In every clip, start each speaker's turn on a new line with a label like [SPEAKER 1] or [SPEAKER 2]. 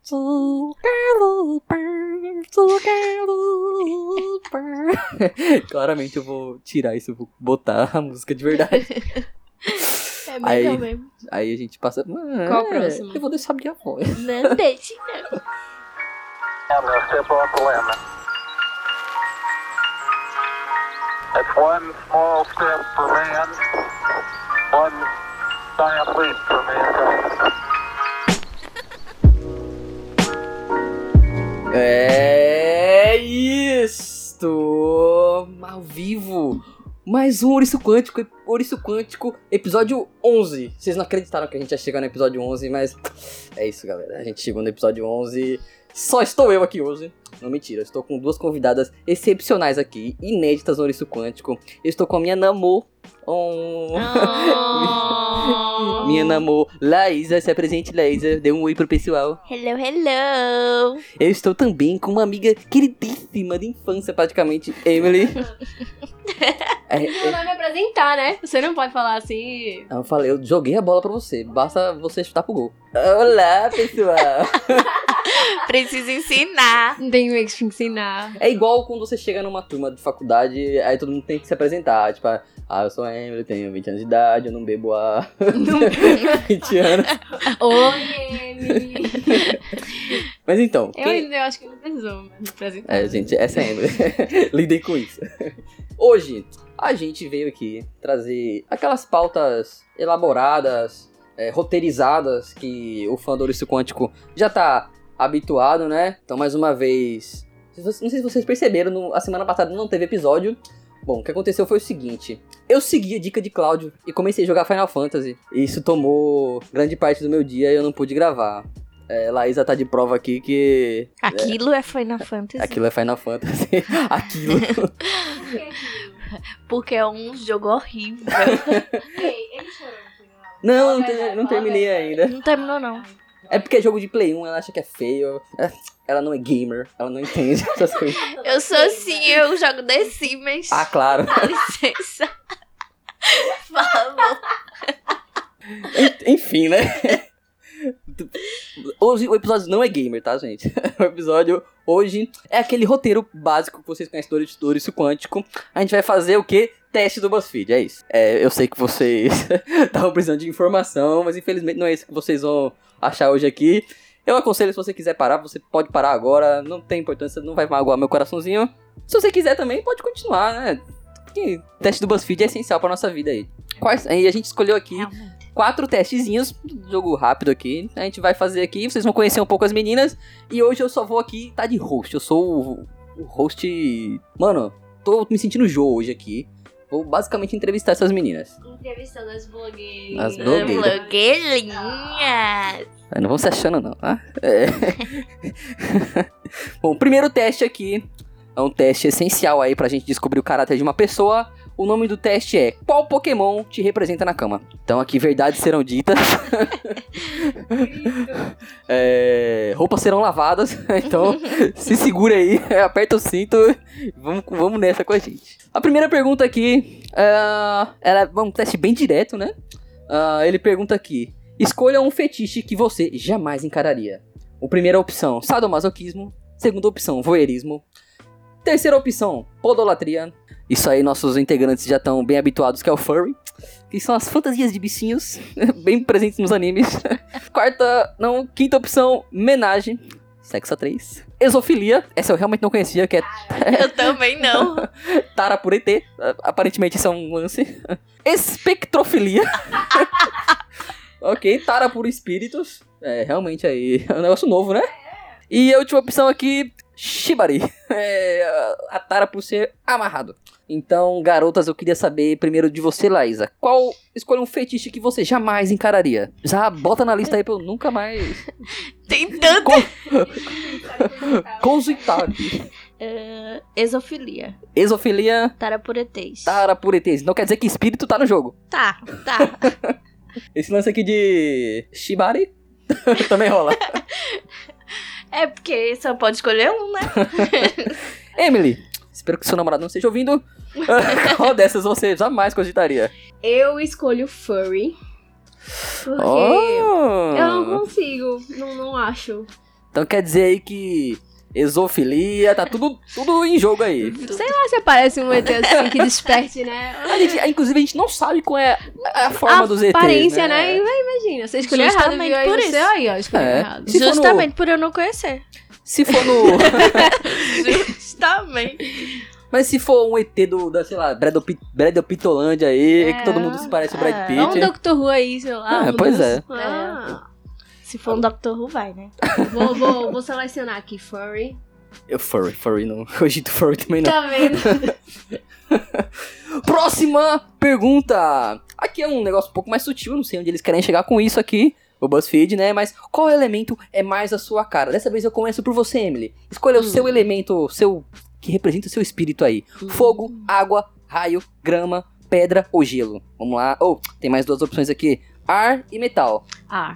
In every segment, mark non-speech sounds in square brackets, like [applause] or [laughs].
[SPEAKER 1] [laughs] Claramente eu vou tirar isso, eu vou botar a música de
[SPEAKER 2] [laughs]
[SPEAKER 1] verdade.
[SPEAKER 2] É
[SPEAKER 1] Aí-
[SPEAKER 2] melhor mesmo.
[SPEAKER 1] Aí a gente passa.
[SPEAKER 2] Qual a próxima?
[SPEAKER 1] Eu vou deixar abrir a voz.
[SPEAKER 3] né? [laughs]
[SPEAKER 2] Não deixe, não.
[SPEAKER 4] I'm going to step off the landing. That's one small step for man, one giant leap for mankind.
[SPEAKER 1] É isto! Ao vivo! Mais um Ouriço Quântico, Ouriço Quântico, episódio 11. Vocês não acreditaram que a gente ia chegar no episódio 11, mas é isso, galera. A gente chegou no episódio 11. Só estou eu aqui hoje. Não, mentira. eu Estou com duas convidadas excepcionais aqui, inéditas no Ouriço Quântico. Eu estou com a minha namor. Oh.
[SPEAKER 3] [laughs]
[SPEAKER 2] Oh.
[SPEAKER 1] Minha namor, Laísa. Se apresente, Laísa. Dê um oi pro pessoal.
[SPEAKER 2] Hello, hello.
[SPEAKER 1] Eu estou também com uma amiga queridíssima de infância, praticamente, Emily. É,
[SPEAKER 2] Você
[SPEAKER 1] é,
[SPEAKER 2] vai me apresentar, né? Você não pode falar assim.
[SPEAKER 1] eu falei, eu joguei a bola pra você, basta você chutar pro gol. Olá, pessoal!
[SPEAKER 3] Preciso ensinar.
[SPEAKER 2] Não tem meio que te [laughs] ensinar.
[SPEAKER 1] É igual quando você chega numa turma de faculdade, aí todo mundo tem que se apresentar. Tipo, ah, eu sou a Emily, tenho 20 anos de idade, eu não bebo há [laughs] 20 anos.
[SPEAKER 2] Oi, Emily.
[SPEAKER 1] Mas então,
[SPEAKER 2] Eu,
[SPEAKER 1] quem-
[SPEAKER 2] ainda- eu acho que não precisou me apresentar.
[SPEAKER 1] É, gente, essa é a Emily. [laughs] Lidem com isso. Hoje, a gente veio aqui trazer aquelas pautas elaboradas, é, roteirizadas, que o fã do Ouriço Quântico já tá habituado, né? Então, mais uma vez, se vocês- não sei se vocês perceberam, no- a semana passada não teve episódio. Bom, o que aconteceu foi o seguinte: eu segui a dica de Cláudio e comecei a jogar Final Fantasy. E isso tomou grande parte do meu dia e eu não pude gravar. É, Laísa tá de prova aqui que
[SPEAKER 3] Aquilo é Final Fantasy.
[SPEAKER 1] Aquilo é Final Fantasy. [laughs] Aquilo.
[SPEAKER 3] Porque é um jogo horrível.
[SPEAKER 1] Não, não, ter- não terminei ainda.
[SPEAKER 3] Não terminou, não.
[SPEAKER 1] É porque é jogo de Play 1, ela acha que é feio. É, Ela não é gamer, ela não entende [laughs] essas coisas.
[SPEAKER 3] Eu sou sim, eu jogo The Sims.
[SPEAKER 1] Ah,
[SPEAKER 3] [laughs]
[SPEAKER 1] claro.
[SPEAKER 3] Dá licença. Vamos.
[SPEAKER 1] En- Enfim, né? [laughs] Hoje o episódio não é gamer, tá, gente? [laughs] O episódio hoje é aquele roteiro básico que vocês conhecem do Ouriço- do Ouriço Quântico. A gente vai fazer o quê? Teste do BuzzFeed, é isso. É, eu sei que vocês [laughs] estavam precisando de informação, mas infelizmente não é isso que vocês vão achar hoje aqui. Eu aconselho, se você quiser parar, você pode parar agora, não tem importância, não vai magoar meu coraçãozinho. Se você quiser também, pode continuar, né? Porque teste do BuzzFeed é essencial pra nossa vida aí. Quais, aí a gente escolheu aqui quatro testezinhos, jogo rápido aqui. A gente vai fazer aqui, vocês vão conhecer um pouco as meninas. E hoje eu só vou aqui, tá de host. Eu sou o, o host. Mano, tô me sentindo Joe hoje aqui. Vou basicamente entrevistar essas meninas.
[SPEAKER 2] Entrevistando as blogueiras.
[SPEAKER 1] As blogueiras.
[SPEAKER 3] Blogueirinhas.
[SPEAKER 1] Ah, Não vão se achando, não, tá? É. [laughs] Bom, o primeiro teste aqui é um teste essencial aí pra gente descobrir o caráter de uma pessoa. O nome do teste é Qual Pokémon te representa na cama? Então aqui verdades serão ditas. É, roupas serão lavadas, [laughs] então se segura aí, [laughs] aperta o cinto, vamos, vamos nessa com a gente. A primeira pergunta aqui, é, ela é um teste bem direto, né? Ah, ele pergunta aqui: Escolha um fetiche que você jamais encararia. O primeira opção, sadomasoquismo. Segunda opção, voyeurismo. Terceira opção, podolatria. Isso aí nossos integrantes já estão bem habituados, que é o furry. Que são as fantasias de bichinhos, [laughs] bem presentes nos animes. Quarta, não, quinta opção, menagem. Sexo a três. Exofilia, essa eu realmente não conhecia, que é
[SPEAKER 3] Eu também não.
[SPEAKER 1] tara por ET. A- Aparentemente isso é um lance. [laughs] Espectrofilia. [laughs] ok, tara por espíritos. É, realmente aí é um negócio novo, né? E a última opção aqui, Shibari. [laughs] É, a- a tara por ser amarrado. Então, garotas, eu queria saber primeiro de você, Laísa. Qual escolha um fetiche que você jamais encararia? Já bota na lista aí pra eu nunca mais
[SPEAKER 3] Tem tanto.
[SPEAKER 1] consultar aqui.
[SPEAKER 3] Ah, exofilia.
[SPEAKER 1] Exofilia,
[SPEAKER 3] Tarapuretês.
[SPEAKER 1] tara por ETs. Não quer dizer que espírito tá no jogo.
[SPEAKER 3] Tá, tá.
[SPEAKER 1] Esse lance aqui de Shibari [laughs] também rola.
[SPEAKER 3] É porque só pode escolher um, né?
[SPEAKER 1] Emily, espero que seu namorado não esteja ouvindo. [laughs] Qual dessas você jamais cogitaria?
[SPEAKER 2] Eu escolho furry. Porque
[SPEAKER 1] Oh!
[SPEAKER 2] eu não consigo, não, não acho.
[SPEAKER 1] Então quer dizer aí que exofilia, tá tudo, tudo em jogo aí.
[SPEAKER 2] Sei lá se aparece um ET assim que desperte, né?
[SPEAKER 1] A gente- inclusive, a gente não sabe qual é a, a forma dos ETs,
[SPEAKER 2] Aparência, né? E vai, Imagina, você escolheu errado,
[SPEAKER 3] Justamente
[SPEAKER 2] viu? Aí
[SPEAKER 3] por
[SPEAKER 2] você,
[SPEAKER 3] isso.
[SPEAKER 2] aí, ó, escolheu
[SPEAKER 1] É.
[SPEAKER 2] errado.
[SPEAKER 1] Se for no-
[SPEAKER 3] Justamente por eu não conhecer.
[SPEAKER 1] Se for no...
[SPEAKER 3] Justamente.
[SPEAKER 1] Mas se for um ET do, da, sei lá, Bredopi- Bredopitolândia aí,
[SPEAKER 2] É,
[SPEAKER 1] que todo mundo se parece o Brad
[SPEAKER 3] é.
[SPEAKER 2] Vamos um
[SPEAKER 1] Pitt.
[SPEAKER 2] Doctor Who aí, sei lá.
[SPEAKER 1] É,
[SPEAKER 2] um
[SPEAKER 1] pois
[SPEAKER 2] dos-
[SPEAKER 1] é.
[SPEAKER 2] Ah,
[SPEAKER 3] Se for um Doctor Who, vai, né?
[SPEAKER 2] vou, vou, vou selecionar aqui, furry.
[SPEAKER 1] Eu, furry, furry não. [laughs] Hoje do furry também não.
[SPEAKER 2] Tá vendo?
[SPEAKER 1] Próxima pergunta! Aqui é um negócio um pouco mais sutil, não sei onde eles querem chegar com isso aqui, o BuzzFeed, né? Mas qual elemento é mais a sua cara? Dessa vez eu começo por você, Emily. Escolha o seu elemento, seu que representa o seu espírito aí. Fogo, água, raio, grama, pedra ou gelo. Vamos lá. Oh, tem mais duas opções aqui. Ar e metal.
[SPEAKER 3] Ar.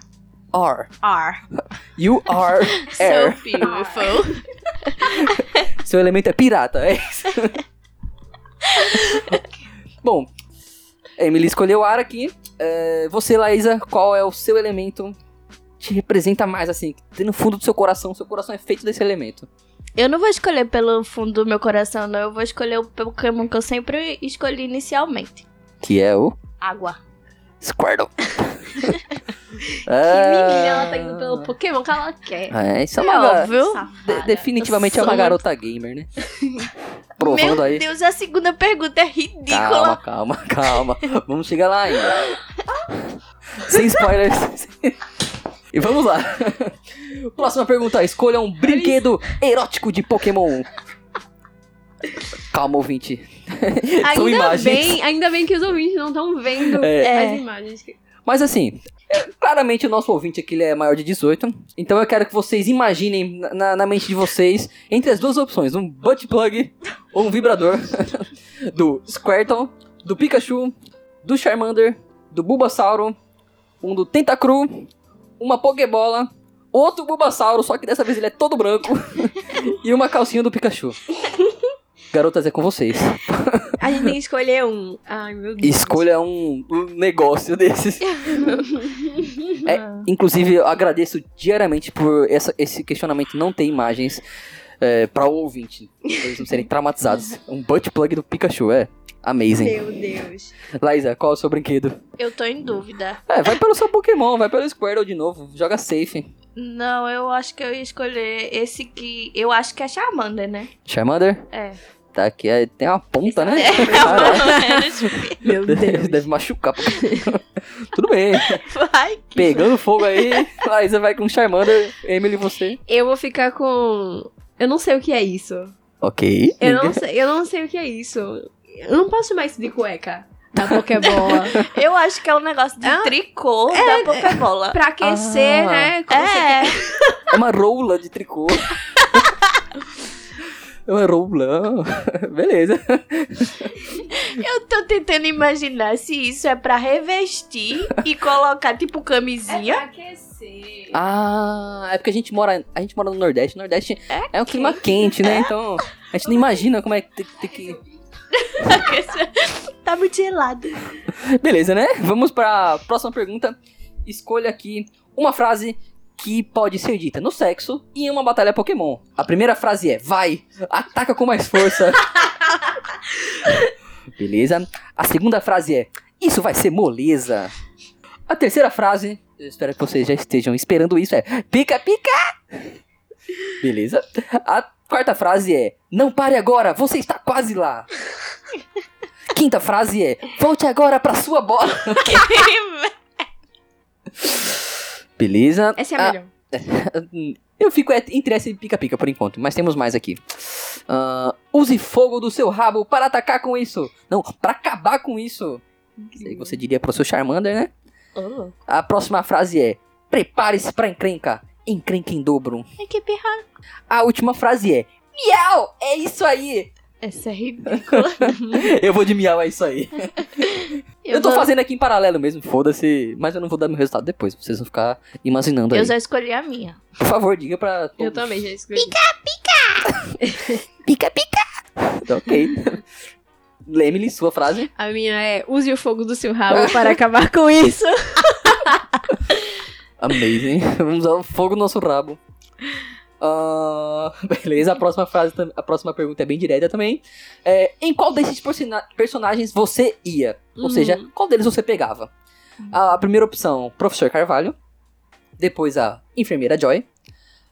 [SPEAKER 1] Ar.
[SPEAKER 3] Ar.
[SPEAKER 1] You are air.
[SPEAKER 3] So beautiful.
[SPEAKER 1] Seu elemento é pirata, é isso. Bom, a Emily escolheu o ar aqui. É, você, Laísa, qual é o seu elemento que te representa mais, assim? que Tem no fundo do seu coração. Seu coração é feito desse elemento.
[SPEAKER 3] Eu não vou escolher pelo fundo do meu coração, não. Eu vou escolher o Pokémon que eu sempre escolhi inicialmente.
[SPEAKER 1] Que é o
[SPEAKER 3] Água.
[SPEAKER 1] Squirtle.
[SPEAKER 2] Que menina, ela tá indo pelo Pokémon que ela quer.
[SPEAKER 1] [laughs] É, isso é uma...
[SPEAKER 3] É
[SPEAKER 1] ga-
[SPEAKER 3] óbvio.
[SPEAKER 2] Safada.
[SPEAKER 1] de- definitivamente é uma
[SPEAKER 3] Sou-
[SPEAKER 1] garota gamer, né? Provando
[SPEAKER 3] Meu
[SPEAKER 1] aí.
[SPEAKER 3] Deus, a segunda pergunta é ridícula.
[SPEAKER 1] Calma, calma, [laughs] calma. Vamos chegar lá ainda. Sem spoilers. E vamos lá. Próxima pergunta. Escolha um brinquedo erótico de Pokémon. Calma, ouvinte. São
[SPEAKER 2] Ainda
[SPEAKER 1] imagens.
[SPEAKER 2] bem, ainda bem que os ouvintes não estão vendo
[SPEAKER 1] É.
[SPEAKER 2] as imagens. que-
[SPEAKER 1] Mas assim, é, claramente o nosso ouvinte aqui ele é maior de 18. Então eu quero que vocês imaginem na- na, na mente de vocês, entre as duas opções, um butt plug ou um vibrador [laughs] do Squirtle, do Pikachu, do Charmander, do Bulbasauro, um do Tentacru, uma Pokébola, outro Bulbasauro, só que dessa vez ele é todo branco, [laughs] e uma calcinha do Pikachu. Garotas, é com vocês.
[SPEAKER 3] A gente tem que escolher um.
[SPEAKER 2] Ai, meu Deus.
[SPEAKER 1] Escolha um, um negócio [laughs] desses. É, inclusive, eu agradeço diariamente por essa- esse questionamento não ter imagens é, para o ouvinte. pra Eles não serem traumatizados. Um butt plug do Pikachu, é. Amazing.
[SPEAKER 2] Meu Deus.
[SPEAKER 1] Laísa, qual é o seu brinquedo?
[SPEAKER 3] Eu tô em dúvida.
[SPEAKER 1] É, vai pelo seu Pokémon, vai pelo Squirtle de novo. Joga safe.
[SPEAKER 3] Não, eu acho que eu ia escolher esse que. Eu acho que é Charmander, né?
[SPEAKER 1] [laughs] Charmander?
[SPEAKER 3] É.
[SPEAKER 1] Tá aqui, é, tem uma ponta, né? [laughs] Caralho,
[SPEAKER 3] É,
[SPEAKER 2] [laughs] Meu Deus.
[SPEAKER 1] Deve machucar. pra caramba. [laughs] Tudo bem.
[SPEAKER 3] Vai que.
[SPEAKER 1] Pegando fogo aí, Laísa vai com Charmander, Emily você.
[SPEAKER 2] Eu vou ficar com. Eu não sei o que é isso.
[SPEAKER 1] Ok.
[SPEAKER 2] Eu não sei, eu não sei o que é isso. Eu não posso mais de cueca da Pokébola.
[SPEAKER 3] Eu acho que é um negócio de
[SPEAKER 2] Ah,
[SPEAKER 3] tricô da Pokébola.
[SPEAKER 2] pra aquecer,
[SPEAKER 1] Ah.
[SPEAKER 2] né? Como você-
[SPEAKER 3] É,
[SPEAKER 1] É uma rola de [laughs] tricô. é uma rola. Beleza.
[SPEAKER 3] eu tô tentando imaginar se isso é pra revestir e colocar tipo
[SPEAKER 2] É
[SPEAKER 3] camisinha.
[SPEAKER 2] pra aquecer.
[SPEAKER 1] Ah, é porque a gente mora, a gente mora no Nordeste. O Nordeste é, um clima quente, né? Então, a gente não imagina como é que tem, tem que...
[SPEAKER 3] tá muito gelado.
[SPEAKER 1] Beleza, né? Vamos pra próxima pergunta. Escolha aqui uma frase que pode ser dita no sexo e em uma batalha Pokémon. A primeira frase é: vai, ataca com mais força. Beleza. A segunda frase é: Isso vai ser moleza. A terceira frase, eu espero que vocês já estejam esperando isso, é: Pica, pica! Beleza. A quarta frase é: Não pare agora, você está quase lá. Quinta frase é: Volte agora pra sua bola. Beleza.
[SPEAKER 2] Essa é
[SPEAKER 1] A-
[SPEAKER 2] a melhor.
[SPEAKER 1] eu fico et- entre essa e pica-pica por enquanto, mas temos mais aqui. Ah, use fogo do seu rabo para atacar com isso. Não, para acabar com isso. Isso aí Você diria pro seu Charmander, né?
[SPEAKER 3] [laughs]
[SPEAKER 1] A próxima frase é: prepare-se pra encrenca. Encrenca em dobro.
[SPEAKER 3] Ai, É que pirra.
[SPEAKER 1] A última frase é: miau, é isso aí. [laughs]
[SPEAKER 2] Essa é ridícula.
[SPEAKER 1] Eu vou de miau, é isso aí. Eu, tô
[SPEAKER 3] vou-
[SPEAKER 1] fazendo aqui em paralelo mesmo, foda-se. Mas eu não vou dar meu resultado depois, vocês vão ficar imaginando aí.
[SPEAKER 3] Eu já escolhi a minha.
[SPEAKER 1] Por favor, diga pra todos.
[SPEAKER 2] Eu também já escolhi.
[SPEAKER 1] Pica, pica! ok. Lembre-lhe sua frase.
[SPEAKER 2] A minha é: use o fogo do seu
[SPEAKER 1] Ah.
[SPEAKER 2] rabo para acabar com isso.
[SPEAKER 1] [laughs] Amazing. Vamos usar o fogo no nosso rabo. Ah, [laughs] beleza, a próxima frase, tam- a próxima pergunta é bem direta também. É, em qual desses persona- personagens você ia? Ou
[SPEAKER 2] Uhum.
[SPEAKER 1] seja, qual deles você pegava? A primeira opção, Professor Carvalho. Depois a Enfermeira Joy.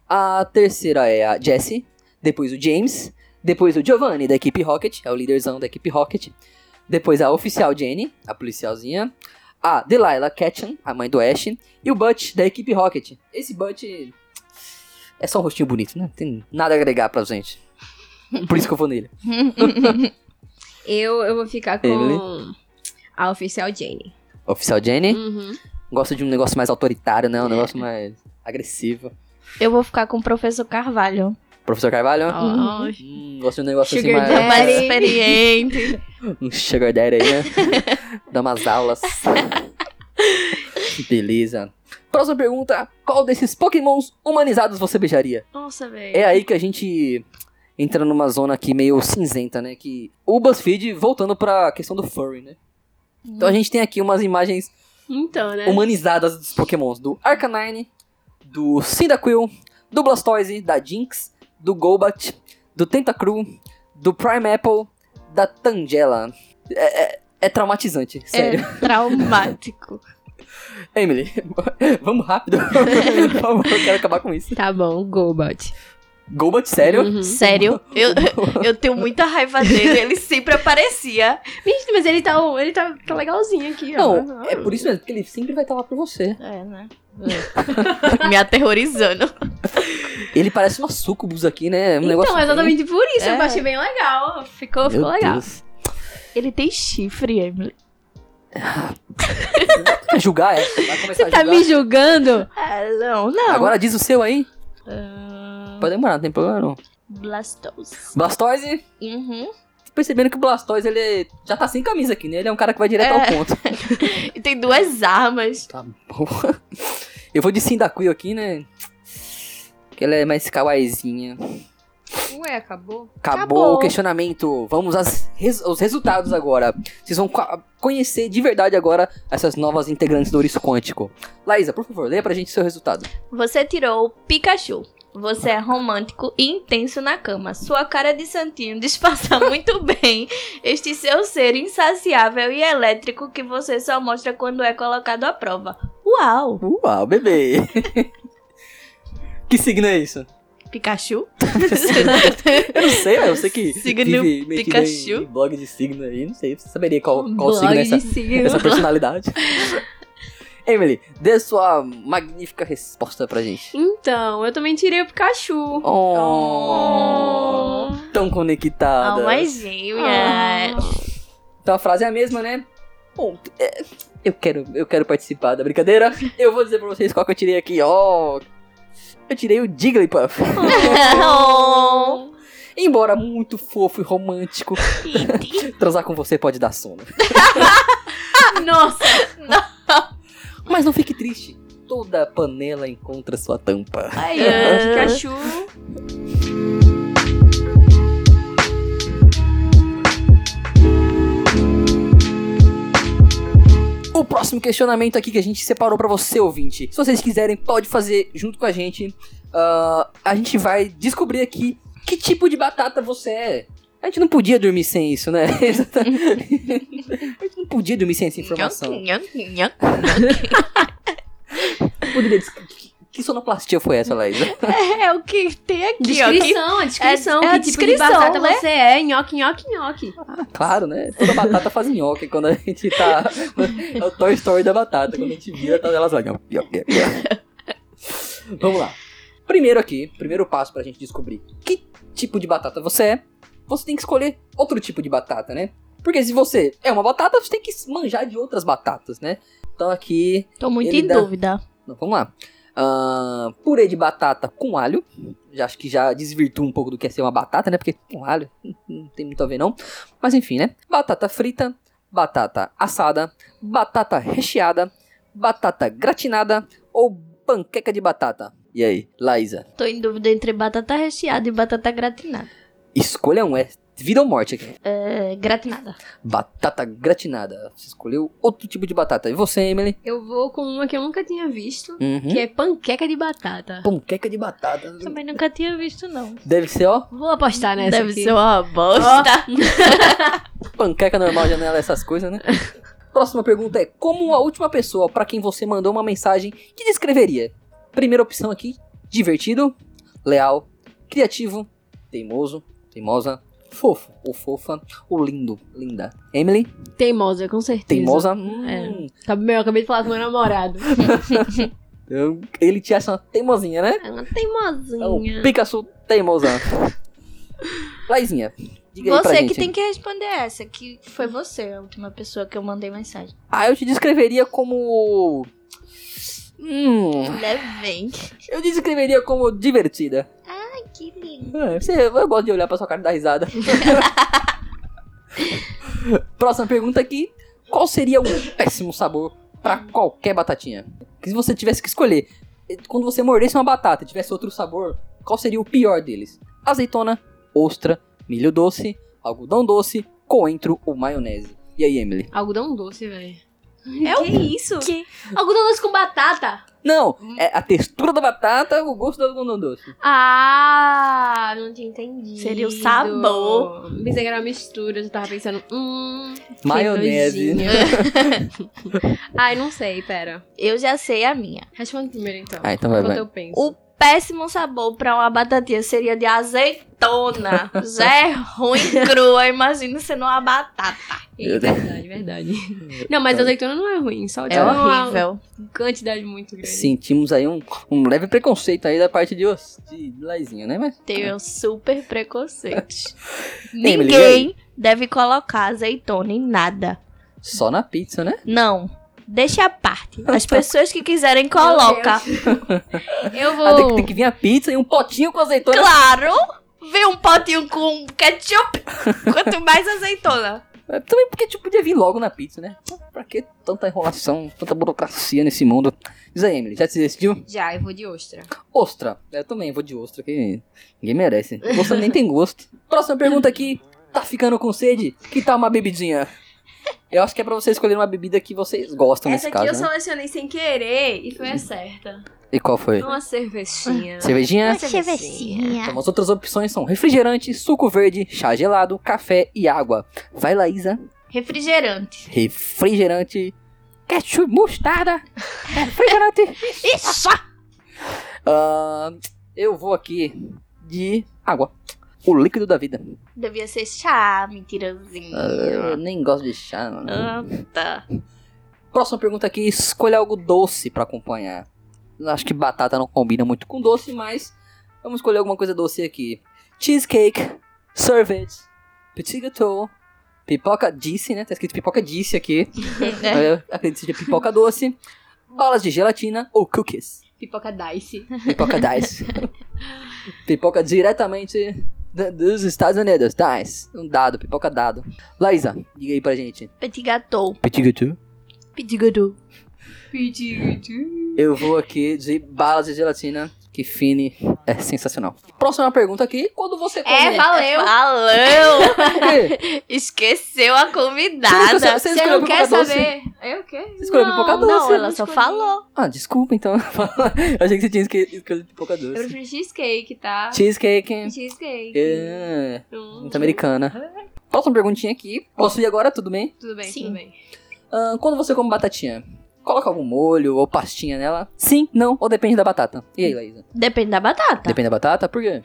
[SPEAKER 1] A terceira é a Jessie. Depois o James. Depois o Giovanni da equipe Rocket, é o líderzão da equipe Rocket. Depois a oficial Jenny, a policialzinha. A Delilah Ketchum, a mãe do Ash. E o Butch da equipe Rocket. Esse Butch é só um rostinho bonito, né? Tem nada a agregar pra gente. Por isso que eu vou nele.
[SPEAKER 2] Eu, eu vou ficar com
[SPEAKER 1] Ele.
[SPEAKER 2] a oficial Jane.
[SPEAKER 1] Oficial Jenny.
[SPEAKER 2] Uhum.
[SPEAKER 1] Gosta de um negócio mais autoritário, né? Um negócio mais agressivo.
[SPEAKER 3] Eu vou ficar com o professor Carvalho.
[SPEAKER 1] Professor Carvalho.
[SPEAKER 2] Ah.
[SPEAKER 3] Ó,
[SPEAKER 1] Hum, gosta de um negócio
[SPEAKER 2] Sugar
[SPEAKER 1] assim
[SPEAKER 2] daddy.
[SPEAKER 1] mais...
[SPEAKER 3] É mais experiente.
[SPEAKER 1] Um sugar daddy aí, né?
[SPEAKER 2] [laughs]
[SPEAKER 1] Dá umas aulas. Beleza. Próxima pergunta. Qual desses pokémons humanizados você beijaria?
[SPEAKER 2] Nossa, velho.
[SPEAKER 1] É aí que a gente entra numa zona aqui meio cinzenta, né? Que o BuzzFeed voltando pra questão do furry, né? Então a gente tem aqui umas imagens
[SPEAKER 2] Então, né?
[SPEAKER 1] humanizadas dos pokémons. Do Arcanine, do Cyndaquil, do Blastoise, da Jinx, do Golbat, do Tentacruel, do Primeaple, da Tangela. É, é- é traumatizante, sério. [laughs]
[SPEAKER 3] É traumático.
[SPEAKER 1] Emily, [laughs] vamos rápido. Por favor, eu quero acabar com isso.
[SPEAKER 2] Tá bom, Golbat.
[SPEAKER 1] Golbat, sério?
[SPEAKER 2] Uhum.
[SPEAKER 3] Sério, eu, eu tenho muita raiva dele. Ele sempre aparecia.
[SPEAKER 2] Gente, mas ele tá, ele tá, tá legalzinho aqui, ó. Uhum.
[SPEAKER 1] Não, é por isso mesmo, porque ele sempre vai estar lá pra você.
[SPEAKER 3] É, né? [laughs] Me aterrorizando.
[SPEAKER 1] Ele parece uma sucubus aqui, né? Um negócio
[SPEAKER 2] Então, exatamente por isso eu
[SPEAKER 3] É.
[SPEAKER 2] achei bem legal. Ficou,
[SPEAKER 1] Bem...
[SPEAKER 2] ficou
[SPEAKER 1] Meu
[SPEAKER 2] legal.
[SPEAKER 1] Deus.
[SPEAKER 3] Ele tem chifre, Emily.
[SPEAKER 1] Quer julgar, é? Vai começar
[SPEAKER 2] Você tá
[SPEAKER 1] a julgar.
[SPEAKER 2] me julgando?
[SPEAKER 3] Ah, não, não.
[SPEAKER 1] Agora diz o seu aí.
[SPEAKER 2] Ah.
[SPEAKER 1] Pode demorar, não tem problema não.
[SPEAKER 3] Blastoise.
[SPEAKER 1] Blastoise...
[SPEAKER 3] Uhum.
[SPEAKER 1] percebendo que o Blastoise, ele já tá sem camisa aqui, né? Ele é um cara que vai direto ao
[SPEAKER 3] É.
[SPEAKER 1] ponto.
[SPEAKER 3] E tem duas armas.
[SPEAKER 1] Tá bom. Eu vou de Cyndaquil aqui, né? Que ela é mais kawaiizinha.
[SPEAKER 2] Ué, acabou?
[SPEAKER 1] Acabou,
[SPEAKER 3] Acabou.
[SPEAKER 1] o questionamento. Vamos aos res- aos resultados agora. Vocês vão co- conhecer de verdade agora essas novas integrantes do Ouriço Quântico. Laísa, por favor, leia pra gente o seu resultado.
[SPEAKER 3] Você tirou o Pikachu. Você é romântico e intenso na cama. Sua cara de santinho [laughs] disfarça muito bem este seu ser insaciável e elétrico que você só mostra quando é colocado à prova. Uau!
[SPEAKER 1] Uau, bebê. [laughs] que signo é isso? [laughs]
[SPEAKER 3] Pikachu?
[SPEAKER 1] Eu não sei, eu sei que
[SPEAKER 3] Signo
[SPEAKER 1] vive meio que em-
[SPEAKER 3] Pikachu.
[SPEAKER 1] em blog de signo aí, não sei, você saberia qual, qual
[SPEAKER 2] Um Blog
[SPEAKER 1] signo é essa,
[SPEAKER 2] de signo.
[SPEAKER 1] essa personalidade. [laughs] Emily, dê sua magnífica resposta pra gente.
[SPEAKER 2] Então, eu também tirei o Pikachu.
[SPEAKER 1] Oh, Tão conectada.
[SPEAKER 3] Almas gêmeas.
[SPEAKER 1] Então a frase é a mesma, né? Bom, é, eu quero, eu quero participar da brincadeira. Eu vou dizer pra vocês qual que eu tirei aqui, ó. Eu tirei o Jigglypuff.
[SPEAKER 3] [laughs] Oh.
[SPEAKER 1] Embora muito fofo e romântico, [laughs] transar com você pode dar sono.
[SPEAKER 2] Nossa,
[SPEAKER 1] Mas não fique triste. Toda panela encontra sua tampa.
[SPEAKER 3] Aí,
[SPEAKER 2] [laughs] é.
[SPEAKER 3] Pikachu.
[SPEAKER 2] Pikachu.
[SPEAKER 1] O próximo questionamento aqui que a gente separou pra você, ouvinte. Se vocês quiserem, pode fazer junto com a gente. Ah, a gente vai descobrir aqui que tipo de batata você é. A gente não podia dormir sem isso, né? [laughs] a gente não podia dormir sem essa informação. Poderia des- que- Que sonoplastia foi essa, Laísa?
[SPEAKER 3] É o que tem aqui, ó. Que
[SPEAKER 2] descrição, a descrição.
[SPEAKER 3] é a
[SPEAKER 2] que tipo de
[SPEAKER 3] descrição,
[SPEAKER 2] batata
[SPEAKER 3] né?
[SPEAKER 2] você é? Nhoque, nhoque, nhoque.
[SPEAKER 1] Claro, né? Toda batata faz nhoque quando a gente tá. É o Toy Story da batata. Quando a gente vira, tá, elas vai. nhoque, nhoque, nhoque. Vamos lá. Primeiro aqui, primeiro passo pra gente descobrir que tipo de batata você é, você tem que escolher outro tipo de batata, né? Porque se você é uma batata, você tem que manjar de outras batatas, né? Então aqui.
[SPEAKER 3] Tô muito
[SPEAKER 1] Ele
[SPEAKER 3] em
[SPEAKER 1] dá-
[SPEAKER 3] dúvida.
[SPEAKER 1] não, vamos lá. Ahn, purê de batata com alho. Já acho que já desvirtua um pouco do que é ser uma batata, né? Porque com alho hum, não tem muito a ver, não. Mas enfim, né? Batata frita, batata assada, batata recheada, batata gratinada ou panqueca de batata. E aí, Laísa?
[SPEAKER 3] Tô em dúvida entre batata recheada e batata gratinada.
[SPEAKER 1] Escolha um, é Vida ou morte aqui.
[SPEAKER 3] É, gratinada.
[SPEAKER 1] Batata gratinada. Você escolheu outro tipo de batata. E você, Emily?
[SPEAKER 2] Eu vou com uma que eu nunca tinha visto,
[SPEAKER 1] Uhum.
[SPEAKER 2] que é panqueca de batata.
[SPEAKER 1] é Panqueca de batata.
[SPEAKER 3] Também nunca tinha visto, não.
[SPEAKER 1] Deve ser, ó,
[SPEAKER 2] Vou apostar nessa
[SPEAKER 3] Deve
[SPEAKER 2] aqui.
[SPEAKER 3] ser uma bosta.
[SPEAKER 1] panqueca normal, janela, essas coisas, né? Próxima pergunta é: como a última pessoa pra quem você mandou uma mensagem te descreveria? Primeira opção aqui: divertido, leal, criativo, teimoso, teimosa, fofo ou fofa, ou lindo, linda. Emily,
[SPEAKER 2] Teimosa, com certeza.
[SPEAKER 1] teimosa.
[SPEAKER 3] É.
[SPEAKER 1] hum,
[SPEAKER 2] Tá bem, eu acabei de falar com meu namorado.
[SPEAKER 1] eu- Ele te acha uma teimosinha, né?
[SPEAKER 3] É uma
[SPEAKER 1] É o
[SPEAKER 3] teimosinha.
[SPEAKER 1] Pikachu teimosa. Laizinha, diga aí pra
[SPEAKER 3] Você é
[SPEAKER 1] gente.
[SPEAKER 3] que tem que responder essa, que foi você a última pessoa que eu mandei mensagem.
[SPEAKER 1] Ah, eu te descreveria como. Hum,
[SPEAKER 3] Levem.
[SPEAKER 1] Eu descreveria como divertida.
[SPEAKER 3] Que lindo.
[SPEAKER 1] É, Você, eu gosto de olhar pra sua cara e dar risada. Próxima pergunta aqui. Qual seria um péssimo sabor pra qualquer batatinha? Que se você tivesse que escolher, quando você mordesse uma batata e tivesse outro sabor, qual seria o pior deles? Azeitona, ostra, milho doce, algodão doce, coentro ou maionese? E aí, Emily?
[SPEAKER 2] Algodão doce, velho.
[SPEAKER 3] É o
[SPEAKER 2] que isso?
[SPEAKER 3] Que?
[SPEAKER 2] Algodão doce com batata?
[SPEAKER 1] Não, é a textura da batata, o gosto do algodão doce.
[SPEAKER 2] Ah, não tinha entendido.
[SPEAKER 3] Seria o sabor.
[SPEAKER 2] Pensei que era uma mistura, eu tava pensando, hum... que
[SPEAKER 1] Maionese. [laughs]
[SPEAKER 2] nojinho. Ai, não sei, pera.
[SPEAKER 3] Eu já sei a minha.
[SPEAKER 2] Responde primeiro, então.
[SPEAKER 1] Ah, então vai,
[SPEAKER 2] Enquanto
[SPEAKER 1] vai.
[SPEAKER 2] eu penso.
[SPEAKER 3] O péssimo sabor pra uma batatinha seria de azeitona. Já é ruim crua, imagina sendo uma batata.
[SPEAKER 2] É verdade, verdade.
[SPEAKER 1] [laughs]
[SPEAKER 2] Não, mas azeitona não é ruim, só
[SPEAKER 3] É horrível.
[SPEAKER 2] Uma quantidade muito grande.
[SPEAKER 1] Sentimos aí um, um leve preconceito aí da parte de, os- de Laizinha, né? Mas
[SPEAKER 3] Tenho um super preconceito.
[SPEAKER 1] me liga
[SPEAKER 3] Ninguém deve colocar azeitona em nada.
[SPEAKER 1] só na pizza, né?
[SPEAKER 3] Não. Deixa a parte. As pessoas que quiserem coloca.
[SPEAKER 2] Eu
[SPEAKER 1] Ah, tem, que,
[SPEAKER 2] vou...
[SPEAKER 1] tem que vir a pizza e um potinho com azeitona.
[SPEAKER 3] Claro! Vê um potinho com
[SPEAKER 1] [laughs]
[SPEAKER 3] ketchup. Quanto mais azeitona.
[SPEAKER 1] É, Também porque tipo, podia vir logo na pizza, né? Pra que tanta enrolação, tanta burocracia nesse mundo? Diz aí, Emily, já se decidiu?
[SPEAKER 2] Já, eu vou de ostra.
[SPEAKER 1] Ostra. É, Eu também vou de ostra, que ninguém merece. Ostra nem tem gosto. Próxima pergunta aqui. Tá ficando com sede? Que tal uma bebidinha? Eu acho que é pra você escolher uma bebida que vocês gostam nesse
[SPEAKER 2] Essa aqui
[SPEAKER 1] caso,
[SPEAKER 2] eu
[SPEAKER 1] né?
[SPEAKER 2] selecionei sem querer e foi a certa.
[SPEAKER 1] E qual foi?
[SPEAKER 2] Uma cervejinha.
[SPEAKER 1] Cervejinha?
[SPEAKER 3] é Cervecinha.
[SPEAKER 1] Então, as outras opções são refrigerante, suco verde, chá gelado, café e água. Vai, Laísa.
[SPEAKER 3] Refrigerante.
[SPEAKER 1] Refrigerante, ketchup, mostarda, [laughs] refrigerante.
[SPEAKER 3] Isso!
[SPEAKER 1] Ahn, eu vou aqui de água. O líquido da vida.
[SPEAKER 3] Devia ser chá, mentirosinho.
[SPEAKER 1] Ah, eu nem gosto de chá, mano.
[SPEAKER 3] Ah, tá.
[SPEAKER 1] Próxima pergunta aqui. Escolha algo doce pra acompanhar. Eu Acho que batata não combina muito com doce, mas vamos escolher alguma coisa doce aqui. Cheesecake, sorvete, petit gâteau, pipoca disse, né? Tá escrito pipoca disse aqui. Eu
[SPEAKER 3] É.
[SPEAKER 1] acredito que seja pipoca doce, balas de gelatina ou cookies.
[SPEAKER 2] Pipoca
[SPEAKER 1] [laughs]
[SPEAKER 2] Dice.
[SPEAKER 1] Pipoca Dice. pipoca diretamente da- dos Estados Unidos. Dice. Um dado, pipoca dado. Laísa, diga aí pra gente.
[SPEAKER 3] Petit gâteau.
[SPEAKER 1] Petit gâteau.
[SPEAKER 3] Petit gâteau.
[SPEAKER 1] Eu vou aqui de balas de gelatina, que fine. É sensacional. Próxima pergunta aqui. Quando você come...
[SPEAKER 2] É, valeu.
[SPEAKER 3] Valeu!
[SPEAKER 1] Por quê?
[SPEAKER 3] Esqueceu a
[SPEAKER 1] Você escolheu-
[SPEAKER 3] convidada.
[SPEAKER 1] você
[SPEAKER 2] Você
[SPEAKER 1] escolheu
[SPEAKER 2] não
[SPEAKER 1] pipoca
[SPEAKER 2] quer
[SPEAKER 1] doce?
[SPEAKER 2] saber? Eu quero.
[SPEAKER 1] Você escolheu pipoca doce?
[SPEAKER 3] Não, ela só
[SPEAKER 2] escolhi.
[SPEAKER 3] falou.
[SPEAKER 1] Ah, desculpa, então. [laughs] Eu achei que você tinha esque- escolhido pipoca
[SPEAKER 2] Eu
[SPEAKER 1] doce.
[SPEAKER 2] prefiro cheesecake, um tá?
[SPEAKER 1] Cheesecake.
[SPEAKER 2] Cheesecake.
[SPEAKER 1] É.
[SPEAKER 2] Hum,
[SPEAKER 1] Muito americana. Próxima perguntinha aqui. Posso ir agora? Tudo bem?
[SPEAKER 2] Tudo bem,
[SPEAKER 3] Sim.
[SPEAKER 2] tudo bem.
[SPEAKER 1] Ahn, quando você come batatinha, coloca algum molho ou pastinha nela? Sim, não, ou depende da batata. E aí, Laísa?
[SPEAKER 3] Depende da batata.
[SPEAKER 1] Depende da batata? Por quê?